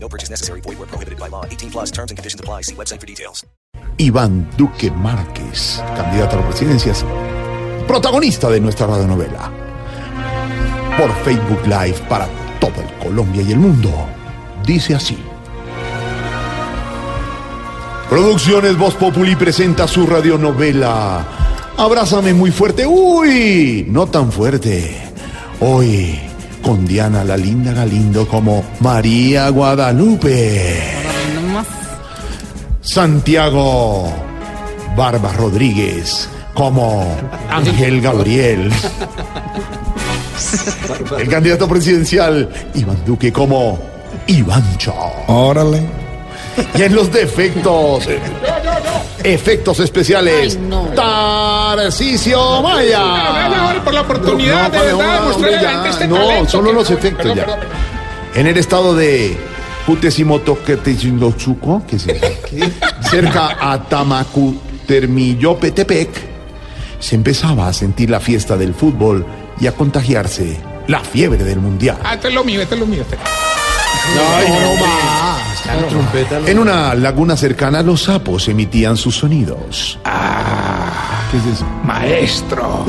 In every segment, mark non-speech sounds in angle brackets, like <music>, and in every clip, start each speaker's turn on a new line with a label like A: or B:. A: No purchase necessary. Void where prohibited by law. 18 plus terms and conditions apply. See website for details.
B: Iván Duque Márquez, candidato a las presidencias, protagonista de nuestra radionovela. Por Facebook Live para todo el Colombia y el mundo. Dice así. Producciones Voz Populi presenta su radionovela. Abrázame muy fuerte. Uy, no tan fuerte. Hoy con Diana la linda Galindo como María Guadalupe. Santiago Barba Rodríguez como Ángel Gabriel. El candidato presidencial Iván Duque como Ivancho.
C: Órale.
B: Y en los defectos, efectos especiales,
D: Ay, no.
B: Tarcisio Maya.
D: por la oportunidad de verdad de mostrarle a la gente este
B: No,
D: talento.
B: solo
D: que-
B: los efectos
D: Perdón,
B: ya.
D: perdón,
B: En el estado de Putesimoto, que <laughs> ¿qué es eso? Cerca a Tamacu, Termillopetepec, se empezaba a sentir la fiesta del fútbol y a contagiarse la fiebre del mundial.
D: Ah, este es lo mío, este es lo mío. este.
B: En una laguna cercana, los sapos emitían sus sonidos. ¿Qué es eso? <laughs>
D: Maestro.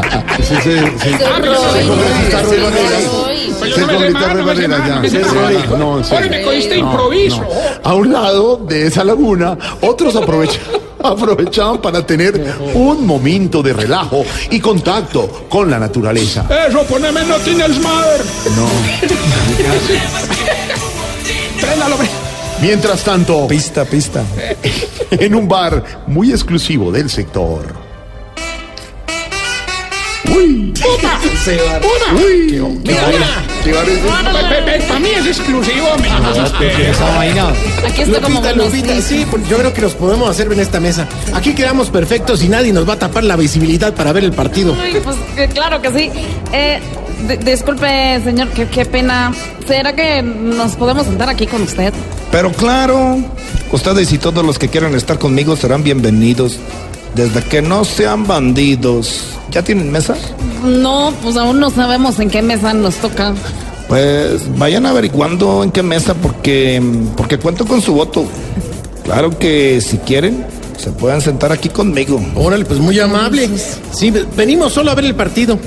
E: Ah, pero eso
B: Se
E: sí.
B: convierte en Carlos Varela.
D: Pues yo
B: Se
D: no me sé
B: convierte
D: nada,
B: en
D: no me sé
B: Varela,
D: nada,
B: ya.
D: no me sé
B: Se
D: nada.
B: convierte- no, en
D: Ahora
B: serio.
D: me cogiste improviso.
B: A un lado de esa laguna, otros aprovecha- <laughs> aprovechaban para tener un momento de relajo y contacto con la naturaleza.
D: Eso, poneme no tienes madre. No. <laughs> Préndalo, hombre.
B: Mientras tanto,
C: Pista, pista.
B: <laughs> en un bar muy exclusivo del sector. ¡Uy! ¡Uy! ¿Qué bar- qué bar es ese?
D: Ve, ve, ve, Para mí es exclusivo, hombre.
E: Aquí está como
F: Lupita,
E: unos
F: Lupita, sí, por- yo creo que los podemos hacer en esta mesa. Aquí quedamos perfectos y nadie nos va a tapar la visibilidad para ver el partido.
G: Uy, pues que claro que sí. Eh, di- disculpe, señor, qué, qué pena. ¿Será que nos podemos sentar aquí con usted?
C: Pero claro, ustedes y todos los que quieran estar conmigo serán bienvenidos. Desde que no sean bandidos. ¿Ya tienen mesa?
G: No, pues aún no sabemos en qué mesa nos toca.
C: Pues vayan averiguando en qué mesa porque, porque cuento con su voto. Claro que si quieren, se pueden sentar aquí conmigo.
F: Órale, pues muy amable. Sí, ve- venimos solo a ver el partido.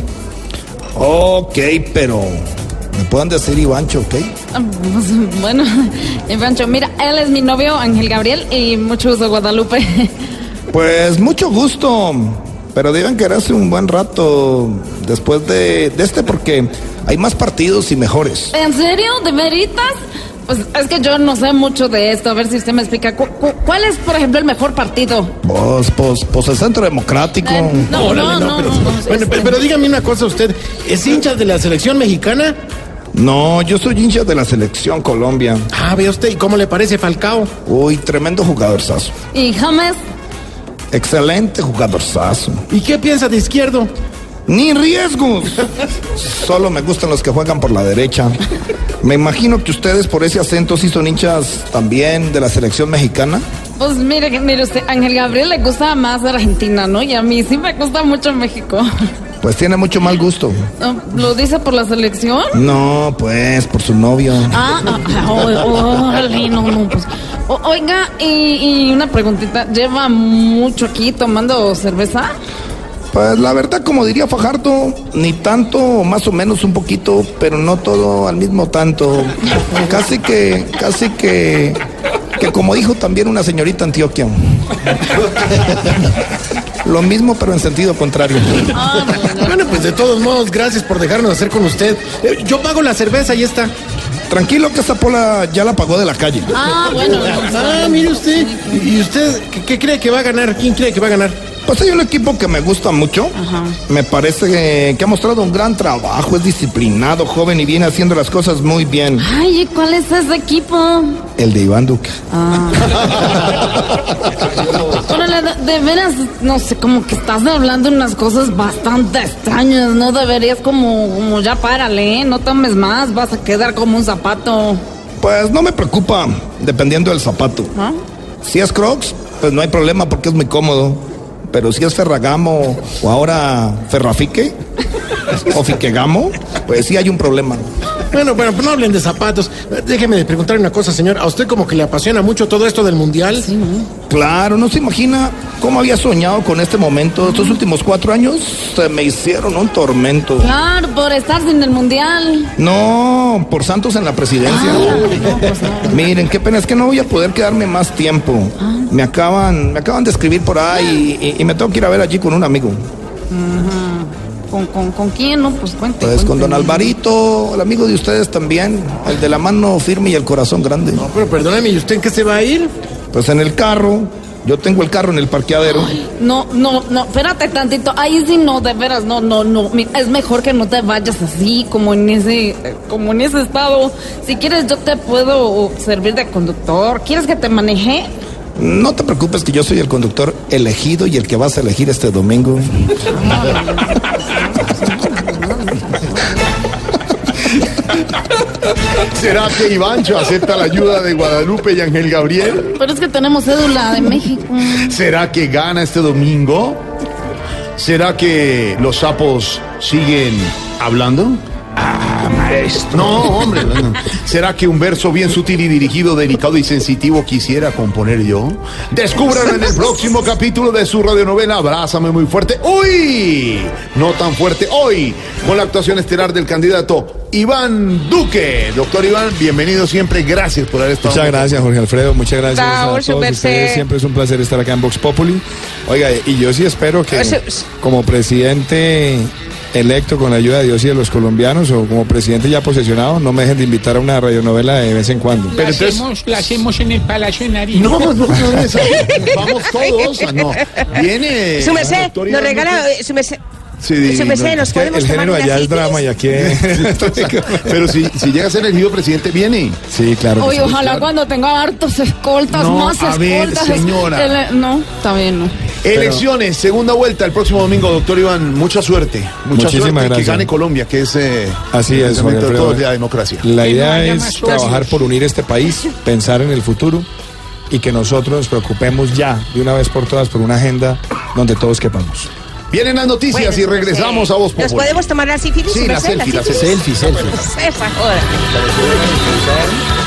C: Ok, pero me pueden decir Ivancho, ¿ok?
G: Ah, pues, bueno, eh, Pancho, mira, él es mi novio, Ángel Gabriel, y mucho gusto, Guadalupe.
C: Pues mucho gusto, pero digan que hace un buen rato después de, de este porque hay más partidos y mejores.
G: <laughs> ¿En serio? ¿De veritas? Pues es que yo no sé mucho de esto. A ver si usted me explica. ¿Cu- cu- ¿Cuál es, por ejemplo, el mejor partido?
C: Pues, pues, pues el Centro Democrático.
G: Eh, no, no,
F: Órale,
G: no.
F: pero,
G: no,
F: bueno,
G: este-
F: pe- pero dígame una cosa usted, ¿es hincha de la selección mexicana?
C: No, yo soy hincha de la Selección Colombia.
F: Ah, vea usted, ¿y cómo le parece Falcao?
C: Uy, tremendo jugadorzazo.
G: ¿Y James?
C: Excelente jugadorzazo.
F: ¿Y qué piensa de izquierdo?
C: Ni riesgos. Solo me gustan los que juegan por la derecha. Me imagino que ustedes por ese acento sí son hinchas también de la selección mexicana.
G: Pues mire, que- mire usted, Ángel Gabriel le gusta más Argentina, ¿no? Y a mí sí me gusta mucho México. <laughs>
C: Pues tiene mucho mal gusto.
G: Ah, ¿Lo dice por la selección?
C: No, pues por su novio.
G: Ah, ah, ah, oh, oh, órale, no, no, pues. O- oiga, y, y una preguntita, ¿lleva mucho aquí tomando cerveza?
C: Pues la verdad, como diría Fajardo, ni tanto, más o menos un poquito, pero no todo al mismo tanto. Casi que, casi que, que como dijo también una señorita Antioquia. Lo mismo, pero en sentido contrario.
G: Ah, bueno.
F: Bueno, pues de todos modos, gracias por dejarnos hacer con usted. Eh, Yo pago la cerveza, ahí está.
C: Tranquilo que esa pola ya la pagó de la calle.
F: <laughs>
G: Ah, bueno, no, pues,
F: Ah, mire usted, ¿y usted qué- qué cree que va a ganar? ¿Quién cree que va a ganar?
C: Pues hay un equipo que me gusta mucho. Me parece que, que ha mostrado un gran trabajo. Es disciplinado, joven y viene haciendo las cosas muy bien.
G: Ay, ¿y ¿cuál es ese equipo?
C: El de Iván Duque.
G: Órale, de, de veras, no sé, como que estás hablando unas cosas bastante extrañas. No deberías como, como ya párale, ¿eh? no tomes más, vas a quedar como un zapato.
C: Pues no me preocupa, dependiendo del zapato.
G: ¿no?
C: Si es Crocs, pues no hay problema porque es muy cómodo. Pero si es Ferragamo o ahora Ferrafique o Fiquegamo, pues sí hay un problema.
F: Bueno, bueno, pero no hablen de zapatos. Déjeme de preguntarle una cosa, señor. ¿A usted como que le apasiona mucho todo esto del mundial?
C: Claro, no se imagina cómo había soñado con este momento. Estos últimos cuatro años se me hicieron un tormento.
G: Claro, por estar sin el mundial.
C: No, por Santos en la presidencia.
G: pues
C: Miren, qué pena, es que no voy a poder quedarme más tiempo. Me acaban, me acaban de escribir por ahí y, y- y me tengo que ir a ver allí con un amigo.
G: ¿Con, con, con quién? No, pues cuente.
C: Pues
G: cuente.
C: con don Alvarito, el amigo de ustedes también, el de la mano firme y el corazón grande.
F: No, pero perdóneme, ¿y usted en qué se va a ir?
C: Pues en el carro, yo tengo el carro en el parqueadero.
G: No, no, no, espérate tantito. Ahí sí no, de veras, no, no, no. Mi- Es mejor que no te vayas así, como en ese, eh, como en ese estado. Si quieres, yo te puedo servir de conductor. ¿Quieres que te maneje?
C: No te preocupes que yo soy el conductor elegido y el que vas a elegir este domingo.
B: ¿Será que Ivancho acepta la ayuda de Guadalupe y Ángel Gabriel?
G: Pero es que tenemos cédula de México.
B: ¿Será que gana este domingo? ¿Será que los sapos siguen hablando? No, hombre. no, no. ¿Será que un verso bien sutil y dirigido, delicado y sensitivo quisiera componer yo? Descúbralo en el próximo capítulo de su radionovela Abrázame muy fuerte. ¡Uy! No tan fuerte hoy, con la actuación estelar del candidato Iván Duque. Doctor Iván, bienvenido siempre. Gracias por haber estado.
H: Muchas gracias, Jorge Alfredo. Muchas gracias
I: Está,
H: a todos
I: su merced.
H: ustedes. Siempre es un placer estar acá en Vox Populi. Oiga, y yo sí espero que
I: Ese-
H: como presidente electo con la ayuda de Dios y de los colombianos o como presidente ya posesionado, no me dejen de invitar a una radionovela de vez en cuando.
D: La hacemos, la hacemos en el Palacio de Nariño.
B: No, no, no, no, esa- <laughs> vamos todos. Ah, No, viene.
I: Su merced,
B: doctor
I: nos
B: Iván
I: regala,
B: Duque.
I: eh, su merced,
B: Sí,
I: su merced,
B: no,
I: nos
H: Es que
I: podemos
H: el
I: tomar
H: género
I: unas
H: allá es drama y
I: cítricas?
H: aquí es-
B: Pero si, si llega a ser elegido presidente, viene.
H: Sí, claro. que
G: Oye,
H: sí.
G: ojalá cuando tenga hartos escoltas,
B: No,
G: más
B: a ver,
G: escoltas.
B: señora.
G: que le- No, está bien, no.
B: Elecciones, segunda vuelta el próximo domingo, doctor Iván. Mucha suerte. Mucha
H: Muchísimas
B: suerte
H: gracias.
B: que gane Colombia, que es eh,
H: Así
B: el
H: es,
B: momento
H: Jorge
B: de
H: Alfredo.
B: todos la democracia.
H: La
D: Que no
H: idea
D: haya más
H: es
D: socios.
H: trabajar por unir este país, pensar en el futuro y que nosotros nos preocupemos ya, de una vez por todas, por una agenda donde todos quepamos.
B: Vienen las noticias y
I: Bueno,
B: regresamos
I: eh,
B: a vos,
I: ¿Nos podemos tomar la sífilis?
B: Sí,
I: su
B: la
I: merced,
B: selfie, la
I: sífilis?
B: selfie.
I: Esa joda.